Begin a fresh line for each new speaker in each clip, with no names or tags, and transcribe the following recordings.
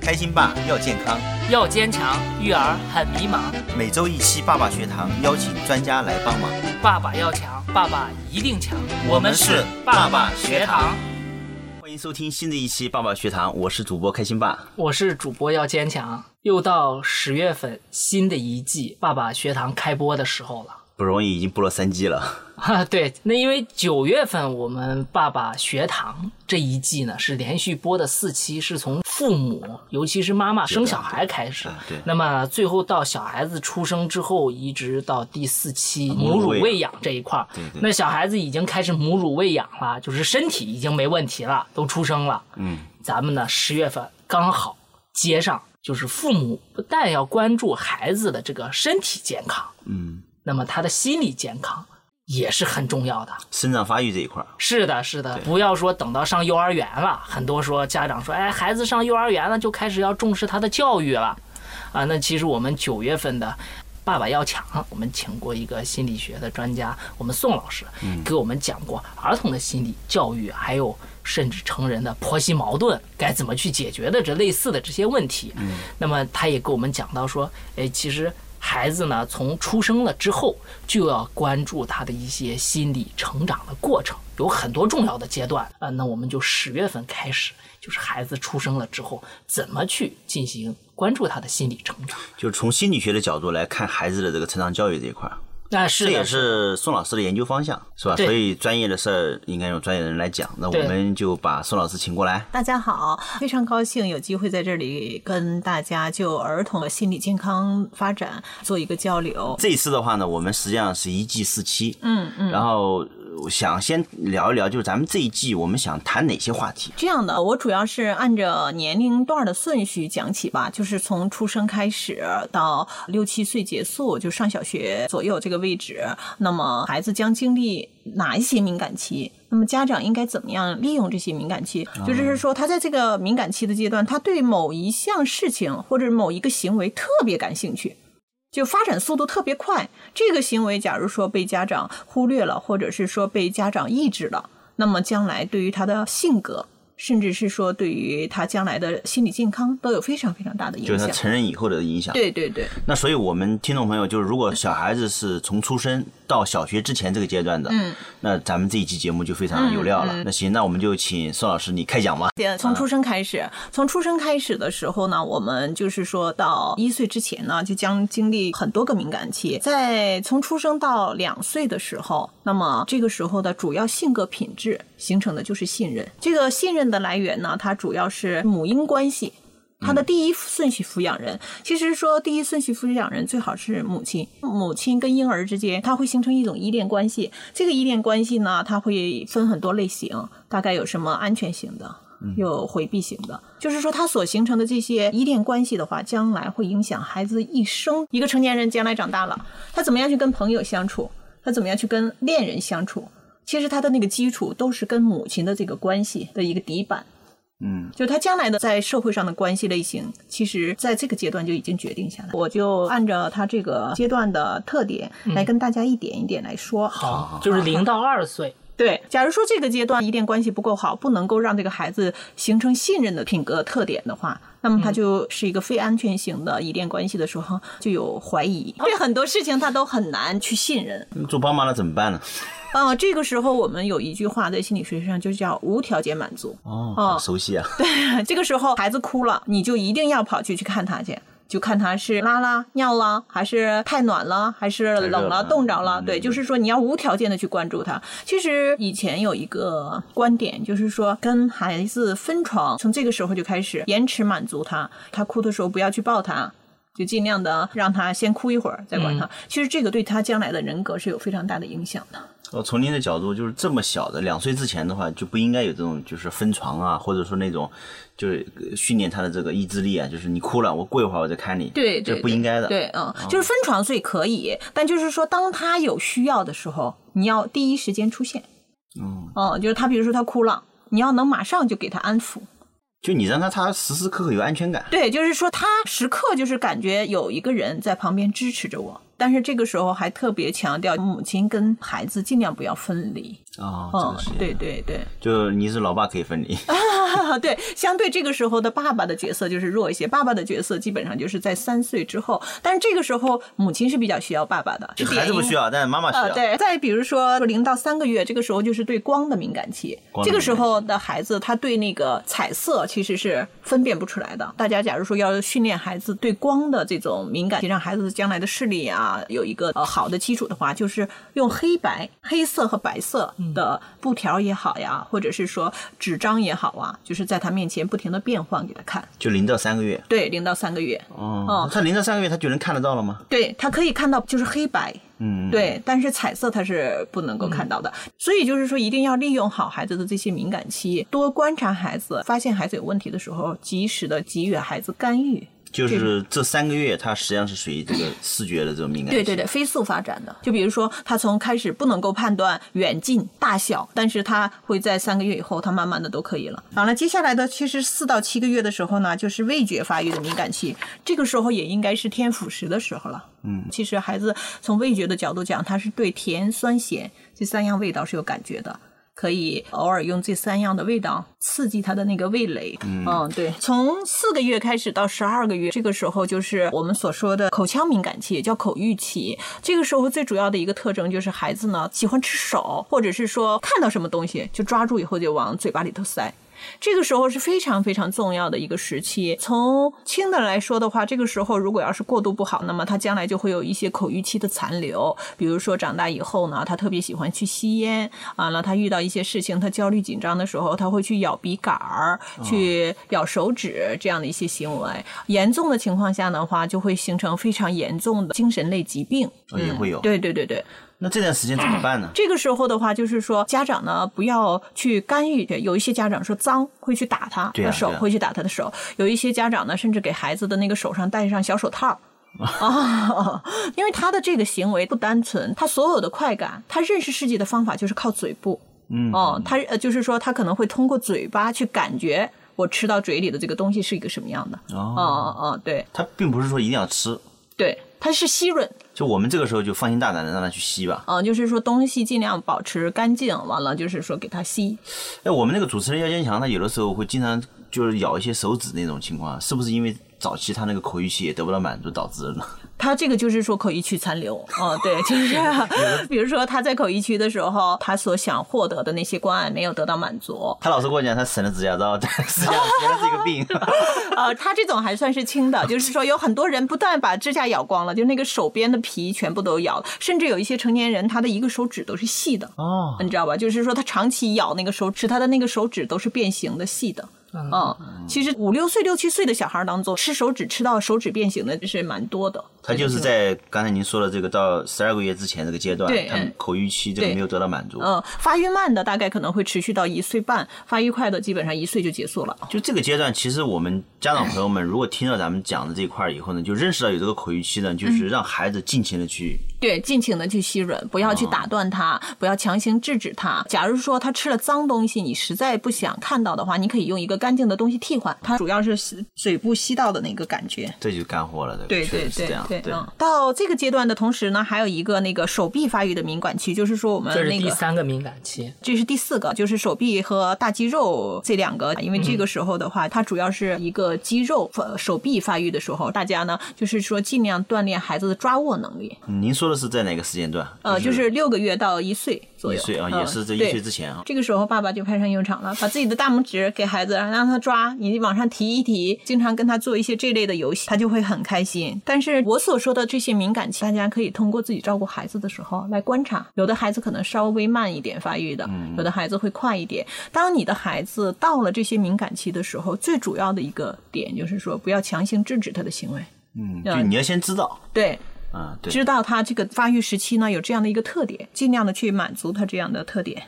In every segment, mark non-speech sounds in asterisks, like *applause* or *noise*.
开心爸要健康，
要坚强，育儿很迷茫，
每周一期爸爸学堂邀请专家来帮忙。
爸爸要强，爸爸一定强。
我们是
爸
爸学
学
堂，欢迎收听新的一期爸爸学堂，我是主播开心爸。
我是主播要坚强。又到十月份，新的一季爸爸学堂开播的时候了。
不容易，已经播了三季了。
啊， *laughs* 对，那因为九月份我们爸爸学堂这一季呢是连续播的四期，是从父母，尤其是妈妈生小孩开始
对的对的，
那么最后到小孩子出生之后，一直到第四期母乳
喂
喂养这一块儿
对对，
那小孩子已经开始母乳喂养了，就是身体已经没问题了，都出生了。
嗯，
咱们呢十月份刚好接上，就是父母不但要关注孩子的这个身体健康，
嗯，
那么他的心理健康也是很重要的。
生长发育这一块儿，
是的，是的，不要说等到上幼儿园了，很多说家长说，哎，孩子上幼儿园了就开始要重视他的教育了，啊，那其实我们九月份的。爸爸要强，我们请过一个心理学的专家，我们宋老师给我们讲过儿童的心理教育，还有甚至成人的婆媳矛盾该怎么去解决的这类似的这些问题。那么他也给我们讲到说，哎，其实孩子呢从出生了之后就要关注他的一些心理成长的过程，有很多重要的阶段啊、呃那我们就十月份开始，就是孩子出生了之后，怎么去进行关注他的心理成长？
就是从心理学的角度来看孩子的这个成长教育这一块儿，
那是
这
的
也是宋老师的研究方向，是吧？
对
所以专业的事儿应该用专业的人来讲。那我
对
们就把宋老师请过来。
大家好，非常高兴有机会在这里跟大家就儿童的心理健康发展做一个交流。
这一次的话呢，我们实际上是一季四期，
嗯嗯，
然后呃想先聊一聊，就是咱们这一季我们想谈哪些话题？
这样的，我主要是按照年龄段的顺序讲起吧，就是从出生开始到六七岁结束，就上小学左右这个位置。那么孩子将经历哪一些敏感期？那么家长应该怎么样利用这些敏感期？就就是说，他在这个敏感期的阶段，他对某一项事情或者某一个行为特别感兴趣。就发展速度特别快，这个行为假如说被家长忽略了，或者是说被家长抑制了，那么将来对于他的性格，甚至是说对于他将来的心理健康都有非常非常大的
就
影
是他
响。
成人以后的影响。
对对对，
那所以我们听众朋友，就是如果小孩子是从出生到小学之前这个阶段的，
嗯，
那咱们这一期节目就非常有料了。那行，那我们就请宋老师你开讲吧。
对，从出生开始，从出生开始的时候呢，我们就是说到一岁之前呢，就将经历很多个敏感期。在从出生到两岁的时候，那么这个时候的主要性格品质形成的就是信任。这个信任的来源呢，它主要是母婴关系。它的第一顺序抚养人，其实说第一顺序抚养人最好是母亲，母亲跟婴儿之间，它会形成一种依恋关系。这个依恋关系呢，它会分很多类型，大概有什么安全型的，有回避型的，就是说它所形成的这些依恋关系的话，将来会影响孩子一生。一个成年人将来长大了，他怎么样去跟朋友相处，他怎么样去跟恋人相处，其实他的那个基础都是跟母亲的这个关系的一个底板。
嗯，
就他将来的在社会上的关系类型，其实在这个阶段就已经决定下来。我就按照他这个阶段的特点来跟大家一点一点来说。
好，就是零到二岁，
对，假如说这个阶段依恋关系不够好，不能够让这个孩子形成信任的品格特点的话，那么他就是一个非安全型的依恋关系的时候，就有怀疑，对很多事情他都很难去信任。
嗯做爸妈了怎么办呢？
啊、这个时候我们有一句话在心理学上就叫无条件满足。
哦，好熟悉啊。
*laughs* 这个时候孩子哭了，你就一定要跑去去看他去，就看他是拉啦、尿啦，还是太暖了，还是
太热
冷
了
了、冻着了。
嗯
对，就是说你要无条件的去关注他。其实以前有一个观点，就是说跟孩子分床，从这个时候就开始延迟满足他，他哭的时候不要去抱他。就尽量的让他先哭一会儿，再管
嗯
他。其实这个对他将来的人格是有非常大的影响的。
哦，从您的角度，就是这么小的两岁之前的话，就不应该有这种就是分床啊，或者说那种就是呃训练他的这个意志力啊，就是你哭了，我过一会儿我再看你，
对
这
对，
是不应该的。哦
对，对嗯，就是分床睡可以，但就是说，当他有需要的时候，你要第一时间出现。
嗯，
嗯，就是他，比如说他哭了，你要能马上就给他安抚。
就你让他他时时刻刻有安全感。
对，就是说他时刻就是感觉有一个人在旁边支持着我。但是这个时候还特别强调母亲跟孩子尽量不要分离。
啊，这
嗯
个是，
对对对， *laughs*
就你是老爸可以分离，
啊，对，相对这个时候的爸爸的角色就是弱一些，爸爸的角色基本上就是在三岁之后，但是这个时候母亲是比较需要爸爸的，这点
孩子不
应
需要， *laughs* 但是啊妈妈需
呃，
要。
对。再比如说零到三个月，这个时候就是对光的敏感期。
光的
这个
敏
时
感
候的孩子，他对那个彩色其实是分辨不出来的。大家假如说要训练孩子对光的这种敏感，让孩子将来的视力啊有一个呃好的基础的话，就是用黑白、黑色和白色的
嗯
布条也好呀，或者是说纸张也好啊，就是在他面前不停的变换给他看。
就零到三个月。
对，零到三个月，嗯
哦，他零到三个月他就能看得到了吗？
对他可以看到就是黑白，
嗯，
对，但是彩色它是不能够看到的，所以就是说一定要利用好孩子的这些敏感期，多观察孩子，发现孩子有问题的时候，及时的给予孩子干预。
就是这三个月他实际上是属于这个视觉的这种敏感。
对对对，。飞速发展的，就比如说他从开始不能够判断远近大小，但是他会在三个月以后，他慢慢的都可以了。好了，接下来的其实四到七个月的时候呢，就是味觉发育的敏感期，这个时候也应该是添辅食的时候了。嗯，其实孩子从味觉的角度讲，他是对甜、酸、咸这三样味道是有感觉的。可以偶尔用这三样的味道刺激他的那个味蕾。嗯对，从四个月开始到十二个月，这个时候就是我们所说的口腔敏感期，也叫口欲期。这个时候最主要的一个特征就是孩子呢喜欢吃手，或者是说看到什么东西就抓住以后就往嘴巴里头塞。这个时候是非常非常重要的一个时期。从轻的来说的话，这个时候如果要是过度不好，那么他将来就会有一些口欲期的残留，比如说长大以后呢，他特别喜欢去吸烟啊，那他遇到一些事情，他焦虑紧张的时候，他会去咬鼻杆儿、
啊
去咬手指这样的一些行为。严重的情况下的话，就会形成非常严重的精神类疾病。
哦也会有
嗯对对对对。
那这段时间怎么办呢？
这个时候的话，就是说家长呢不要去干预，有一些家长说脏会去打他
对啊
的手，
对啊
会去打他的手；有一些家长呢，甚至给孩子的那个手上戴上小
*laughs*
手套。啊，因为他的这个行为不单纯，他所有的快感，他认识世界的方法就是靠嘴部。
嗯，
哦，他呃就是说他可能会通过嘴巴去感觉我吃到嘴里的这个东西是一个什么样的。哦
哦，
哦哦，对
他并不是说一定要吃，
对，它是吸吮，
就我们这个时候就放心大胆的让他去吸吧。
嗯、就是说东西尽量保持干净，完了就是说给他吸，
哎，我们那个主持人姚坚强，他有的时候会经常就是咬一些手指那种情况，是不是因为早期他那个口欲期也得不到满足导致的
*laughs*
呢？
他这个就是说口译区残留，哦，对，就是 *laughs* 比如说他在口译区的时候，他所想获得的那些关爱没有得到满足，
他老是跟我讲 *laughs* 他省了指甲刀，但实际上原来是一个病。
呃，他这种还算是轻的，就是说有很多人不但把指甲咬光了，就那个手边的皮全部都咬了，甚至有一些成年人他的一个手指都是细的，
哦，
你知道吧？就是说他长期咬那个手指，他的那个手指都是变形的、细的。嗯，其实五六岁、六七岁的小孩当中，吃手指吃到手指变形的是蛮多的。
*laughs* 他就是在刚才您说的这个到十二个月之前这个阶段
对，嗯
他们口欲期这个
对
没有得到满足。
嗯，发育慢的大概可能会持续到一岁半，发育快的基本上一岁就结束了。
就这个阶段，其实我们家长朋友们如果听到咱们讲的这一块儿以后呢，就认识到有这个口欲期呢，
嗯
就是让孩子尽情的去
对，尽情的去吸吮，不要去打断他，不要强行制止他。假如说他吃了脏东西，你实在不想看到的话，你可以用一个干净的东西替换。它主要是吸嘴部吸到的那个感觉。
这就是干货了，这个
对
确
对
实是
对
这样，
对，嗯。到这个阶段的同时呢，还有一个那个手臂发育的敏感期，就是说我们
这是
那
第
个
三嗯个敏感期，
这是第四个，就是手臂和大肌肉这两个，因为这个时候的话，它主要是一个肌肉呃手臂发育的时候，大家呢就是说尽量锻炼孩子的抓握能力，
您说的是在哪个时间段？
呃，就是六个月到一岁左
一
右，
岁啊，
嗯
也是在一
对
岁之前啊。
这个时候，爸爸就派上用场了，把自己的大拇指给孩子，让他抓，你往上提一提，经常跟他做一些这类的游戏，他就会很开心。但是我所说的这些敏感期，大家可以通过自己照顾孩子的时候来观察，有的孩子可能稍微慢一点发育的，有的孩子会快一点。当你的孩子到了这些敏感期的时候，最主要的一个点就是说，不要强行制止他的行为。
嗯，就你要先知道，
对，
啊，对，
知道他这个发育时期呢有这样的一个特点，尽量的去满足他这样的特点。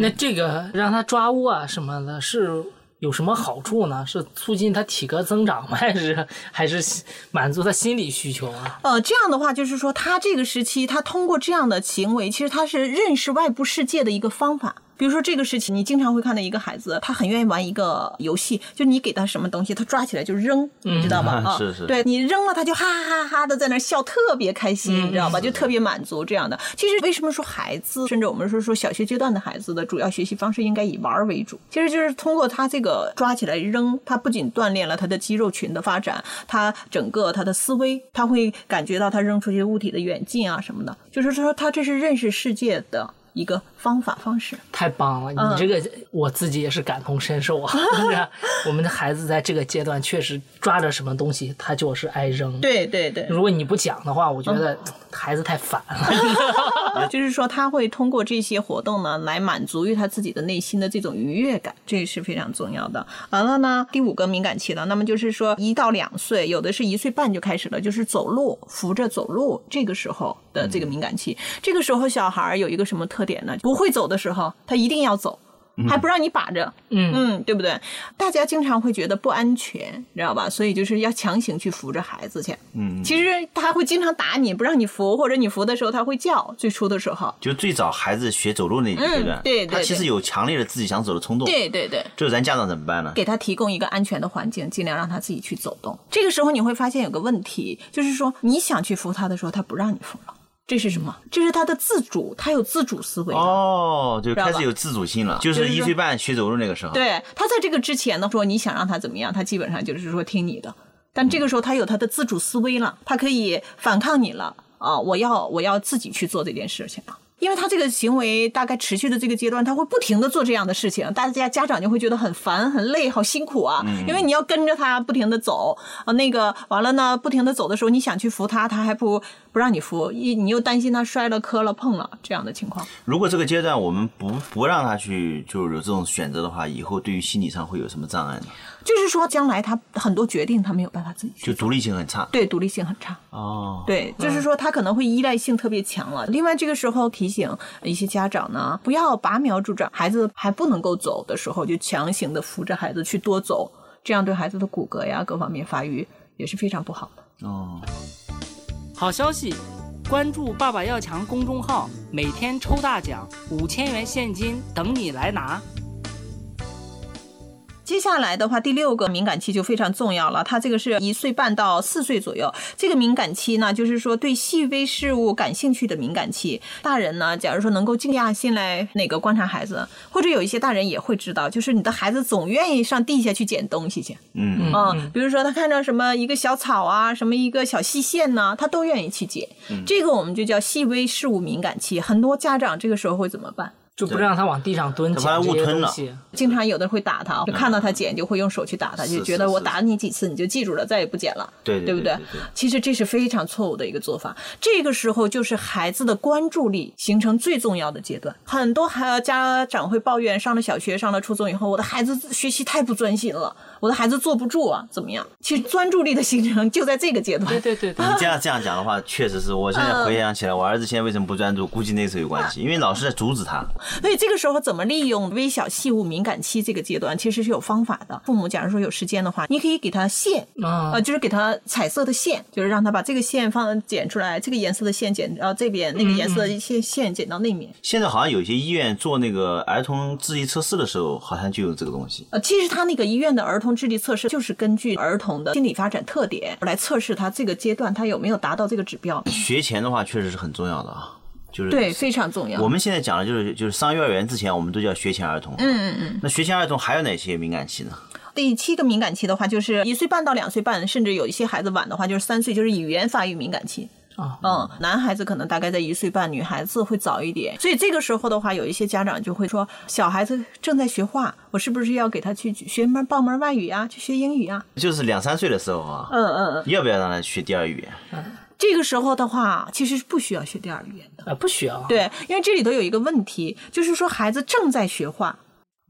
那这个让他抓握啊什么的，是有什么好处呢？是促进他体格增长吗？ *laughs* 还是还是满足他心理需求啊？
呃，这样的话就是说，他这个时期，他通过这样的行为，其实他是认识外部世界的一个方法。比如说这个事情，你经常会看到一个孩子，他很愿意玩一个游戏，就你给他什么东西，他抓起来就扔，你知道吧？啊，
*laughs* 是是
对你扔了，他就哈哈哈哈的在那儿笑，特别开心，你知道吧？就特别满足这样的。其实为什么说孩子，甚至我们说说小学阶段的孩子的主要学习方式应该以玩儿为主，其实就是通过他这个抓起来扔，他不仅锻炼了他的肌肉群的发展，他整个他的思维，他会感觉到他扔出去物体的远近啊什么的，就是说他这是认识世界的一个方法方式。
太棒了！你这个、我自己也是感同身受啊， *laughs* 就是啊我们的孩子在这个阶段确实抓着什么东西，他就是爱扔。，
对对对，
如果你不讲的话，我觉得孩子太烦了。
就是说他会通过这些活动呢，来满足于他自己的内心的这种愉悦感，这是非常重要的。完了呢，第五个敏感期了，那么就是说一到两岁，有的是一岁半就开始了，就是走路扶着走路，这个时候的这个敏感期，这个时候小孩儿有一个什么特点呢？不会走的时候，他一定要走。还不让你把着，
嗯
嗯，对不对？大家经常会觉得不安全，知道吧？所以就是要强行去扶着孩子去。
嗯，
其实他会经常打你，不让你扶，或者你扶的时候他会叫。最初的时候，
就最早孩子学走路那一阶段，
嗯对对
他其
对
实有强烈的自己想走的冲动，
对对对，
这咱家长怎么办呢？
给他提供一个安全的环境，尽量让他自己去走动。这个时候你会发现有个问题，就是说你想去扶他的时候，他不让你扶了。这是什么？这是他的自主，他有自主思维的。
哦，就
道吧
开始有自主性了，就
就是是
一
说
岁半学走路那个时候，
对他在这个之前呢，说你想让他怎么样，他基本上就是说听你的。但这个时候他有他的自主思维了，他可以反抗你了啊！我要我要自己去做这件事情了。因为他这个行为大概持续的这个阶段，他会不停的做这样的事情，大家家长就会觉得很烦、很累、好辛苦啊。因为你要跟着他不停的走啊，那个完了呢，不停的走的时候，你想去扶他，他还不不让你扶，一你又担心他摔了、磕了、碰了这样的情况。
如果这个阶段我们不不让他去，就是有这种选择的话，以后对于心理上会有什么障碍呢？
就是说，将来他很多决定他没有办法自己去
就独立性很差。
对独立性很差。
哦，
对，就是说他可能会依赖性特别强了。另外，这个时候提醒一些家长呢，不要拔苗助长，孩子还不能够走的时候，就强行的扶着孩子去多走，这样对孩子的骨骼呀各方面发育也是非常不好的。
哦，
好消息，关注“爸爸要强”公众号，每天抽大奖，五千元现金等你来拿。
接下来的话，第六个敏感期就非常重要了。它这个是一岁半到四岁左右，这个敏感期呢，就是说对细微事物感兴趣的敏感期。大人呢，假如说能够静下心来那个观察孩子，或者有一些大人也会知道，就是你的孩子总愿意上地下去捡东西去。
嗯，
嗯，比如说他看到什么一个小草啊，什么一个小细线呐、他都愿意去解。
嗯
这个我们就叫细微事物敏感期。很多家长这个时候会怎么办？
就不让他往地上蹲，
他
捡
把他
这
误
些
吞
东
了
西。
经常有的会打他，就看到他捡就会用手去打他，
嗯是
就觉得我打你几次你就记住了，再也不捡了，
嗯对对
不
对
对
对对？
其实这是非常错误的一个做法。这个时候就是孩子的关注力形成最重要的阶段。很多孩家长会抱怨，上了小学、上了初中以后，我的孩子学习太不专心了，我的孩子坐不住啊，怎么样？其实专注力的形成 *laughs* 就在这个阶段。
对对对对，
你这样这样讲的话，确实是我现
嗯
在回想起来，我儿子现在为什么不专注，估计那是有关系，因为老师在阻止他。
所以这个时候怎么利用微小细物敏感期这个阶段，其实是有方法的。父母假如说有时间的话，你可以给他线，
啊
呃，就是给他彩色的线，就是让他把这个线放剪出来，这个颜色的线剪到这边，
嗯
那个颜色的线线剪到那面。
现在好像有些医院做那个儿童智力测试的时候，好像就有这个东西。
呃，其实他那个医院的儿童智力测试就是根据儿童的心理发展特点来测试他这个阶段他有没有达到这个指标。
学前的话，确实是很重要的啊，就是
对，非常重要。
我们现在讲的就是就是上幼儿园之前，我们都叫学前儿童。嗯嗯嗯。那学前儿童还有哪些敏感期呢？
第七个敏感期的话，就是一岁半到两岁半，甚至有一些孩子晚的话，就是三岁，就是语言发育敏感期。
啊
嗯，男孩子可能大概在一岁半，女孩子会早一点。所以这个时候的话，有一些家长就会说，小孩子正在学画，我是不是要给他去学门报门外语啊，去学英语啊？
就是两三岁的时候啊，
嗯嗯嗯，
要不要让他学第二语言？
这个时候的话，其实是不需要学第二语言的。
呃不需要。
对，因为这里头有一个问题，就是说孩子正在学画，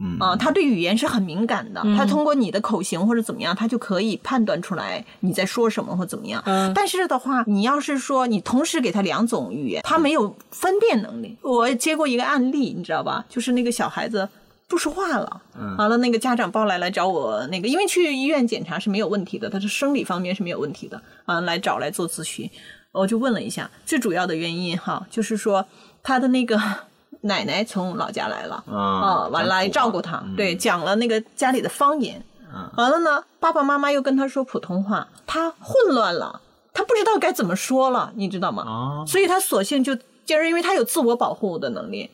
嗯
啊、他对语言是很敏感的，他通过你的口型或者怎么样，他就可以判断出来你在说什么或怎么样。
嗯
但是的话，你要是说你同时给他两种语言，他没有分辨能力。我接过一个案例，你知道吧？就是那个小孩子。不说话了，完了那个家长抱来来找我，那个因为去医院检查是没有问题的，他是生理方面是没有问题的，啊，来找来做咨询，我就问了一下，最主要的原因哈，就是说他的那个 *laughs* 奶奶从老家来了，
啊
啊，完了来照顾他，对，讲了那个家里的方言，
嗯
完了呢，爸爸妈妈又跟他说普通话，他混乱了，他不知道该怎么说了，你知道吗？
啊，
所以他索性就就是因为他有自我保护的能力，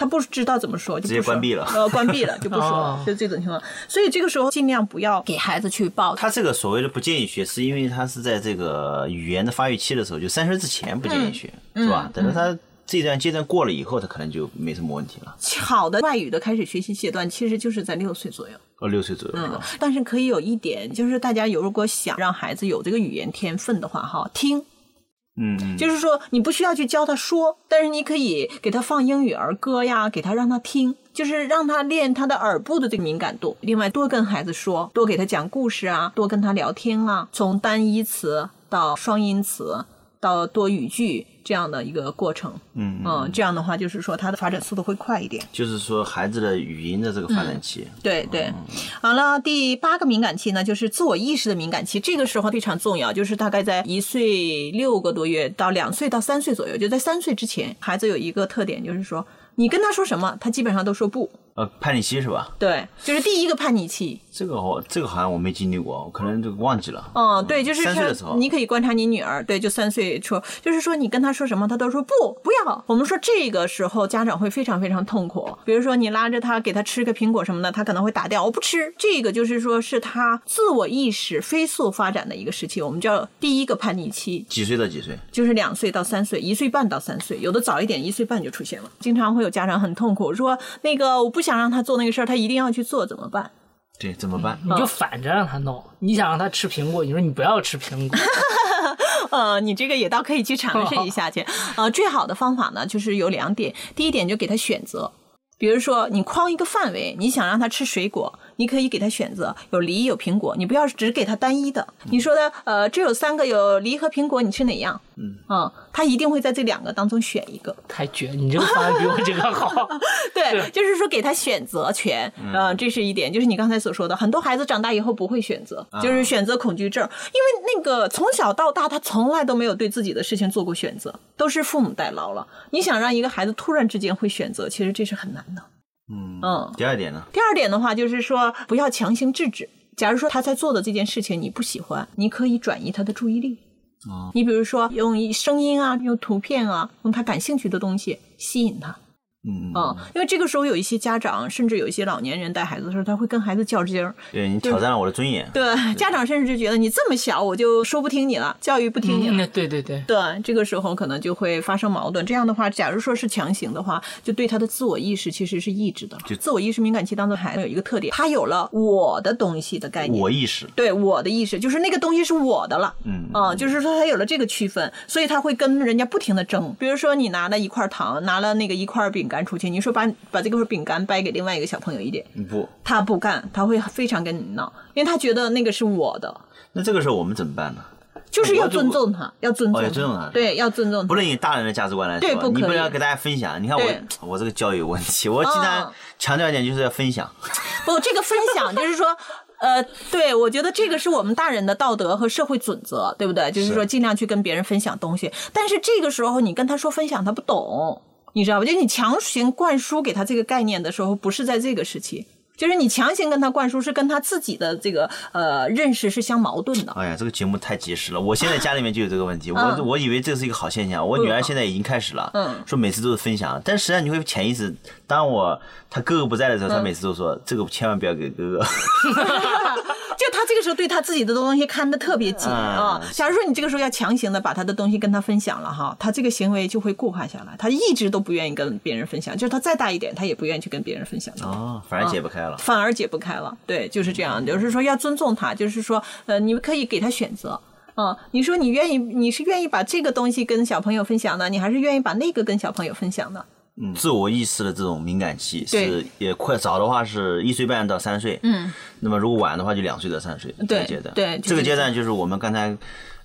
他不知道怎么说，就不
直接
说
关闭了
呃，关
*laughs*
闭了就不说了，
哦
就这种情况。所以这个时候尽量不要给孩子去报
他这个所谓的不建议学，是因为他是在这个语言的发育期的时候，就三岁之前不
嗯
建议学，是吧？等到他这段阶段过了以后，他可能就没什么问题了。
好的外语的开始学习阶段，其实就是在六岁左右。嗯
哦，六岁左右是吧？
但是可以有一点，就是大家有如果想让孩子有这个语言天分的话，哈，听，
嗯嗯，
就是说你不需要去教他说，但是你可以给他放英语儿歌呀，给他让他听。就是让他练他的耳部的这个敏感度，另外多跟孩子说，多给他讲故事啊，多跟他聊天啊，从单一词到双音词到多语句这样的一个过程，
嗯
嗯，这样的话就是说他的发展速度会快一点。
就是说孩子的语音的这个发
嗯
展期，
对对，好了，第八个敏感期呢，就是自我意识的敏感期，这个时候非常重要，就是大概在一岁六个多月到两岁到三岁左右，就在三岁之前，孩子有一个特点，就是说你跟他说什么，他基本上都说不，
呃，叛逆期是吧？
对，就是第一个叛逆期，
这个我这个好像我没经历过，我可能就忘记了。
嗯，对，就是
三岁的
像
时候
你可以观察你女儿，对，就三岁出，就是说你跟她说什么，她都说不，不要。我们说这个时候家长会非常非常痛苦，比如说你拉着她给她吃个苹果什么的，她可能会打掉，我不吃。这个就是说是她自我意识飞速发展的一个时期，我们叫第一个叛逆期，
几岁到几岁？
就是两岁到三岁，一岁半到三岁，有的早一点，一岁半就出现了。经常会有家长很痛苦，说那个我不想让她做那个事儿，她一定要去做，怎么办？
对，怎么办？
嗯
你就反着让他弄，你想让他吃苹果，你说你不要吃苹果，
呃，你这个也倒可以去尝试一下去。 *laughs* 呃，最好的方法呢，就是有两点。第一点就给他选择，比如说你框一个范围，你想让他吃水果，你可以给他选择有梨有苹果，你不要只给他单一的。你说的呃，这有三个，有梨和苹果，你吃哪样？嗯，他一定会在这两个当中选一个。
太绝！你这个方案比我这个好。
*laughs* 对，
是
就是说给他选择权，呃，这是一点，就是你刚才所说的，很多孩子长大以后不会选择，就是选择恐惧症，因为那个从小到大他从来都没有对自己的事情做过选择，都是父母代劳了。你想让一个孩子突然之间会选择，其实这是很难的。
嗯
嗯
第二点呢？
第二点的话，就是说不要强行制止。假如说他在做的这件事情你不喜欢，你可以转移他的注意力。
哦
你比如说用声音啊，用图片啊，用他感兴趣的东西吸引他。
嗯
嗯，因为这个时候有一些家长，甚至有一些老年人带孩子的时候，他会跟孩子较劲儿。
对你挑战了我的尊严。
对，家长甚至就觉得你这么小，我就说不听你了，教育不听你了。
嗯，对对对，
对，这个时候可能就会发生矛盾。这样的话，假如说是强行的话，就对他的自我意识其实是抑制的了
就。
自我意识敏感期当中，孩子有一个特点，他有了我的东西的概念。
我意识，
对我的意识，就是那个东西是我的了，
嗯
啊、就是说他有了这个区分，所以他会跟人家不停的争。比如说你拿了一块糖，拿了那个一块饼干出去，你说把把这块饼干掰给另外一个小朋友一点，
不，
他不干，他会非常跟你闹，因为他觉得那个是我的，
那这个时候我们怎么办呢？
就是要尊重他，要尊重
哦
他，
要尊重他
对，要尊重他
不。论以大人的价值观来说，
对不可
你
以
不要给大家分享。你看我
对我
我这个教育有问题，我经常
嗯
强调一点就是要分享。
不，这个分享就是说，呃，对我觉得这个是我们大人的道德和社会准则，对不对？就是说
是
尽量去跟别人分享东西，但是这个时候你跟他说分享，他不懂，你知道吧？就是你强行灌输给他这个概念的时候，不是在这个时期。就是你强行跟他灌输，是跟他自己的这个呃认识是相矛盾的。
哎呀，这个节目太及时了！我现在家里面就有这个问题，我
嗯
我以为这是一个好现象，我女儿现在已经开始了，
嗯
说每次都是分享，但实际上你会潜意识，当我她哥哥不在的时候，
嗯
她每次都说这个千万不要给哥 *laughs* 哥，
就他这个时候对他自己的东西看得特别紧啊、
嗯
假如说你这个时候要强行的把他的东西跟他分享了哈，他这个行为就会固化下来，他一直都不愿意跟别人分享，就是他再大一点，他也不愿意去跟别人分享的。
哦，反而解不开了。
反而解不开了，对，就是这样，就是说要尊重他，就是说，呃，你们可以给他选择，嗯，你说你愿意，你是愿意把这个东西跟小朋友分享的，你还是愿意把那个跟小朋友分享的？
嗯，自我意识的这种敏感期是
对
也快早的话是一岁半到三岁，嗯，那么如果晚的话就两岁到三岁这
对
个阶段，
对就是
这个阶段就是我们刚才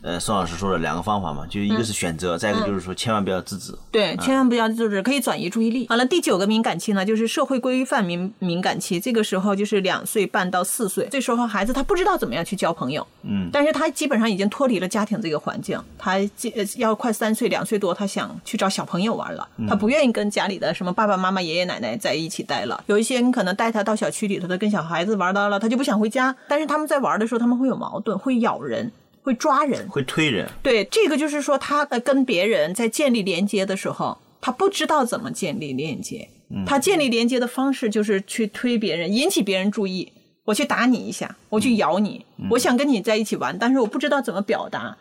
呃，宋老师说了两个方法嘛，就一个是选择，再一
嗯
个就是说千万不要制止。
对，千万不要就是可以转移注意力。好了，第九个敏感期呢，就是社会规范敏敏感期，这个时候就是两岁半到四岁，这时候孩子他不知道怎么样去交朋友，
嗯，
但是他基本上已经脱离了家庭这个环境，他基呃要快三岁两岁多，他想去找小朋友玩了，他不愿意跟家里的什么爸爸妈妈、爷爷奶奶在一起待了。有一些你可能带他到小区里头的跟小孩子玩到了，他就不想回家，但是他们在玩的时候他们会有矛盾，会咬人，会抓人。
会推人，
对，这个就是说他呃跟别人在建立连接的时候，他不知道怎么建立连接，
嗯
他建立连接的方式就是去推别人，引起别人注意。我去打你一下，我去咬你，
嗯
我想跟你在一起玩，但是我不知道怎么表达。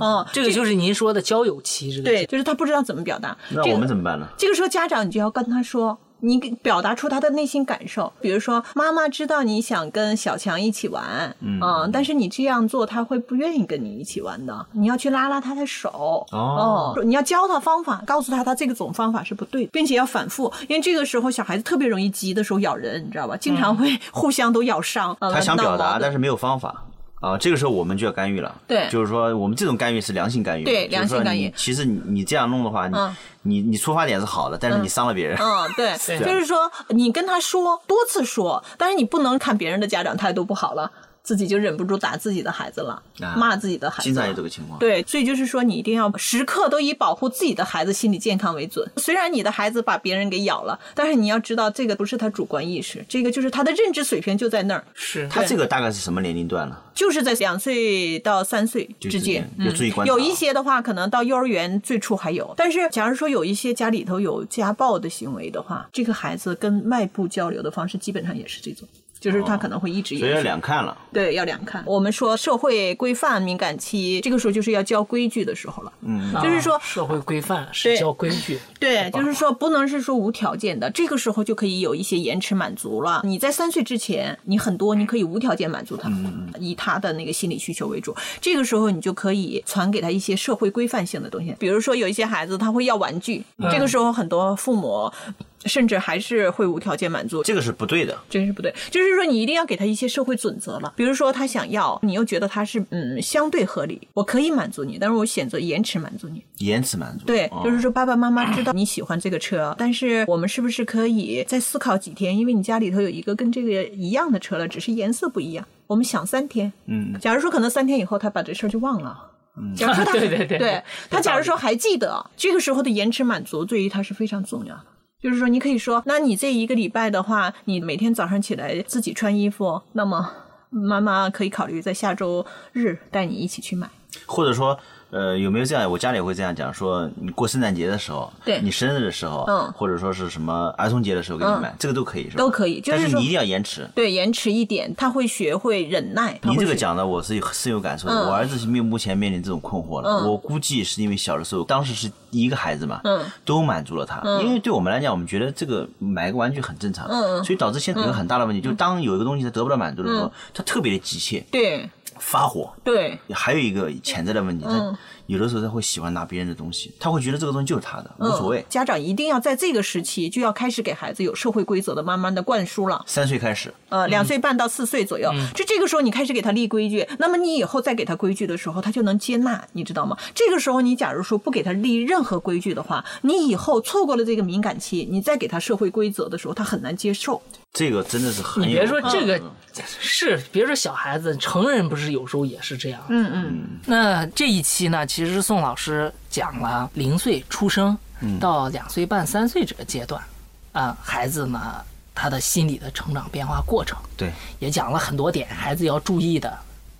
哦，
这个就是您说的交友期，这个
对，就是他不知道怎么表达。
那
这
我
个
们怎么办呢？
这个时候家长你就要跟他说。你给表达出他的内心感受，比如说妈妈知道你想跟小强一起玩，嗯、但是你这样做他会不愿意跟你一起玩的。你要去拉拉他的手，
哦
你要教他方法，告诉他他这个种方法是不对的，并且要反复，因为这个时候小孩子特别容易急的时候咬人，你知道吧？经常会互相都咬伤。呃
嗯他想表
闹矛
达，
盾
但是没有方法啊，这个时候我们就要干预了。
对
就是说我们这种干预是良性干预嘛，
对良性干
就
预
是说你其实你你这样弄的话，你
嗯
你你出发点是好的，但是你伤了别人。
嗯，对， *laughs* 就是说你跟他说多次说，但是你不能看别人的家长态度不好了，自己就忍不住打自己的孩子了，
啊
骂自己的孩子
经
了。
常有这个情况。
对，所以就是说，你一定要时刻都以保护自己的孩子心理健康为准。虽然你的孩子把别人给咬了，但是你要知道，这个不是他主观意识，这个就是他的认知水平就在那儿，
是
他这个大概是什么年龄段呢？
就是在两岁到三岁
就
之间。嗯
要注意观察。
有一些的话，可能到幼儿园最初还有，但是假如说有一些家里头有家暴的行为的话，这个孩子跟外部交流的方式基本上也是这种，就是他可能会一直
所以
延
要
续。
哦两看了。
对，要两看。我们说社会规范敏感期，这个时候就是要教规矩的时候了。
嗯，
就是说
啊社会规范
对
是教规矩，
对，就是说不能是说无条件的，这个时候就可以有一些延迟满足了。你在三岁之前，你很多你可以无条件满足他，以他的那个心理需求为主。这个时候你就可以传给他一些社会规范性的东西，比如说有一些孩子他会要玩具，这个时候很多父母甚至还是会无条件满足。
这个是不对的。
真是不对，就是说你一定要给他一些社会准则了，比如说他想要，你又觉得他是嗯相对合理，我可以满足你，但是我选择延迟满足你，
延迟满足。
对
哦，
就是说爸爸妈妈知道你喜欢这个车，但是我们是不是可以再思考几天？因为你家里头有一个跟这个一样的车了，只是颜色不一样。我们想三天，
嗯，
假如说可能三天以后他把这事儿就忘了。假如说他
对对对
他假如说还记得，这个时候的延迟满足对于他是非常重要的。就是说，你可以说，那你这一个礼拜的话，你每天早上起来自己穿衣服，那么妈妈可以考虑在下周日带你一起去买。
或者说，呃，有没有这样？我家里会这样讲，说你过圣诞节的时候，
对
你生日的时候，
嗯
或者说是什么儿童节的时候给你买，这个都可以，是吧？
都可以就是
但是
说
你一定要延迟。
对，延迟一点，他会学会忍耐。他
您
会
这个
学
讲的我是有深有感受的，
嗯
我儿子是面目前面临这种困惑了。
嗯
我估计是因为小的时候，当时是一个孩子嘛，
嗯
都满足了他。因为对我们来讲，我们觉得这个买个玩具很正常，
嗯嗯
所以导致现在有个很大的问题，就当有一个东西他得不到满足的时候，他特别的急切，
对
发火。
对
还有一个潜在的问题，
嗯
他有的时候他会喜欢拿别人的东西，他会觉得这个东西就是他的，无所谓
嗯。家长一定要在这个时期就要开始给孩子有社会规则的慢慢的灌输了。
三岁开始，
呃，两岁半到四岁左右，
嗯
就这个时候你开始给他立规矩，那么你以后再给他规矩的时候，他就能接纳，你知道吗？这个时候你假如说不给他立任何规矩的话，你以后错过了这个敏感期，你再给他社会规则的时候，他很难接受。
这个真的是很
你
有。嗯
别说这个是，别说小孩子，成人不是有时候也是这样。
嗯嗯，
那这一期呢，其实宋老师讲了零岁出生
嗯
到两岁半、三岁这个阶段，啊、孩子呢他的心理的成长变化过程，
对，
也讲了很多点孩子要注意的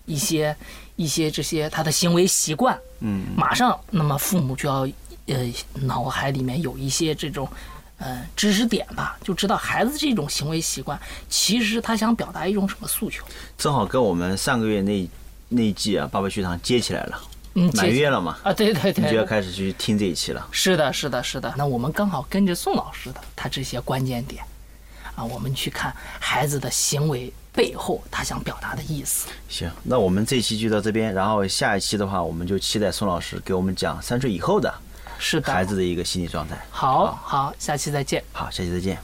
一些一些这些他的行为习惯。
嗯，
马上那么父母就要呃脑海里面有一些这种。呃，知识点吧，就知道孩子这种行为习惯，其实他想表达一种什么诉求。
正好跟我们上个月那那一季啊《爸爸学堂》接起来了，
嗯，
满
接
月了嘛，
啊，对对
你
对，
就要开始去听这一期了。
是的，是的，是的。那我们刚好跟着宋老师的他这些关键点，啊，我们去看孩子的行为背后他想表达的意思。
行，那我们这期就到这边，然后下一期的话，我们就期待宋老师给我们讲三岁以后的
是的，
孩子的一个心理状态。
好好，下期再见。
好，下期再见。